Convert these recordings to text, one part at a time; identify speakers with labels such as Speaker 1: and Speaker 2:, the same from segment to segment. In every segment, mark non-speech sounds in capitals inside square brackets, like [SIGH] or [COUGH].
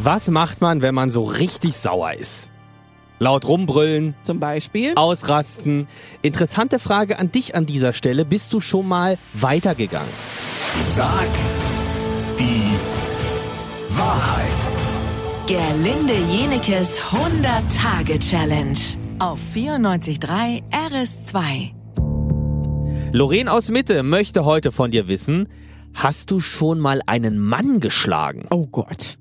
Speaker 1: Was macht man, wenn man so richtig sauer ist? Laut rumbrüllen,
Speaker 2: Zum Beispiel.
Speaker 1: ausrasten. Interessante Frage an dich an dieser Stelle. Bist du schon mal weitergegangen?
Speaker 3: Sag die Wahrheit.
Speaker 4: Gerlinde Jenekes 100-Tage-Challenge auf 94.3 RS2.
Speaker 1: Lorraine aus Mitte möchte heute von dir wissen, hast du schon mal einen Mann geschlagen?
Speaker 2: Oh Gott.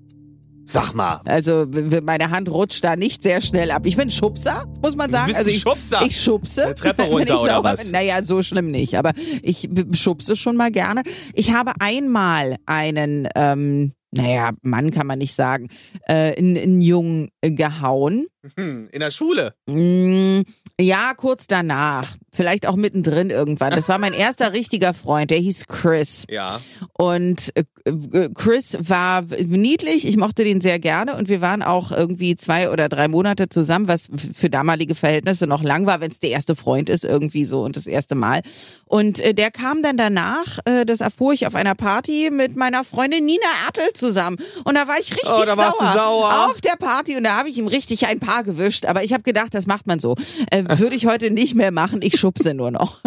Speaker 1: Sag mal.
Speaker 2: Also w- w- meine Hand rutscht da nicht sehr schnell ab. Ich bin Schubser, muss man sagen.
Speaker 1: bist
Speaker 2: also
Speaker 1: ein
Speaker 2: ich,
Speaker 1: Schubser?
Speaker 2: Ich schubse.
Speaker 1: Eine Treppe
Speaker 2: [LAUGHS] Wenn
Speaker 1: runter
Speaker 2: ich
Speaker 1: oder
Speaker 2: sauer
Speaker 1: was?
Speaker 2: Bin. Naja, so schlimm nicht. Aber ich b- schubse schon mal gerne. Ich habe einmal einen, ähm, naja, Mann kann man nicht sagen, äh, einen, einen Jungen äh, gehauen.
Speaker 1: Hm, In der Schule.
Speaker 2: Mm, Ja, kurz danach. Vielleicht auch mittendrin irgendwann. Das war mein erster richtiger Freund. Der hieß Chris.
Speaker 1: Ja.
Speaker 2: Und äh, äh, Chris war niedlich, ich mochte den sehr gerne und wir waren auch irgendwie zwei oder drei Monate zusammen, was f- für damalige Verhältnisse noch lang war, wenn es der erste Freund ist, irgendwie so und das erste Mal. Und äh, der kam dann danach, äh, das erfuhr ich auf einer Party mit meiner Freundin Nina Ertel zusammen. Und da war ich richtig
Speaker 1: Oh, da warst du sauer.
Speaker 2: auf der Party und da habe ich ihm richtig ein paar gewischt. Aber ich habe gedacht, das macht man so. Äh, Würde ich heute nicht mehr machen, ich schubse nur
Speaker 1: [LAUGHS]
Speaker 2: noch.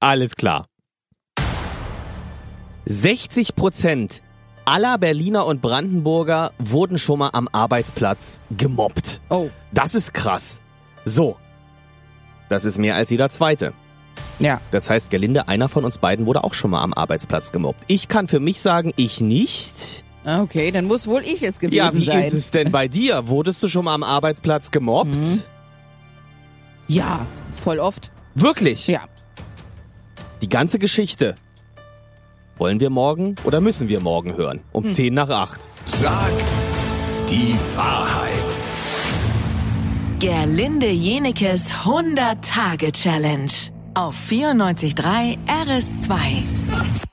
Speaker 1: Alles klar. 60 Prozent aller Berliner und Brandenburger wurden schon mal am Arbeitsplatz gemobbt.
Speaker 2: Oh,
Speaker 1: Das ist krass. So. Das ist mehr als jeder Zweite.
Speaker 2: ja.
Speaker 1: Das heißt, gelinde, einer von uns beiden wurde auch schon mal am Arbeitsplatz gemobbt. Ich kann für mich sagen, ich nicht.
Speaker 2: Okay, dann muss wohl ich es gewesen
Speaker 1: Ja, wie
Speaker 2: sein.
Speaker 1: ist es denn bei dir? Wurdest du schon mal am Arbeitsplatz gemobbt?
Speaker 2: Mhm. Ja, voll oft.
Speaker 1: Wirklich?
Speaker 2: Ja.
Speaker 1: Die ganze Geschichte. Wollen wir morgen oder müssen wir morgen hören? Um
Speaker 2: Hm.
Speaker 1: 10 nach 8.
Speaker 3: Sag die Wahrheit.
Speaker 4: Gerlinde Jenekes 100-Tage-Challenge auf 94.3 RS2.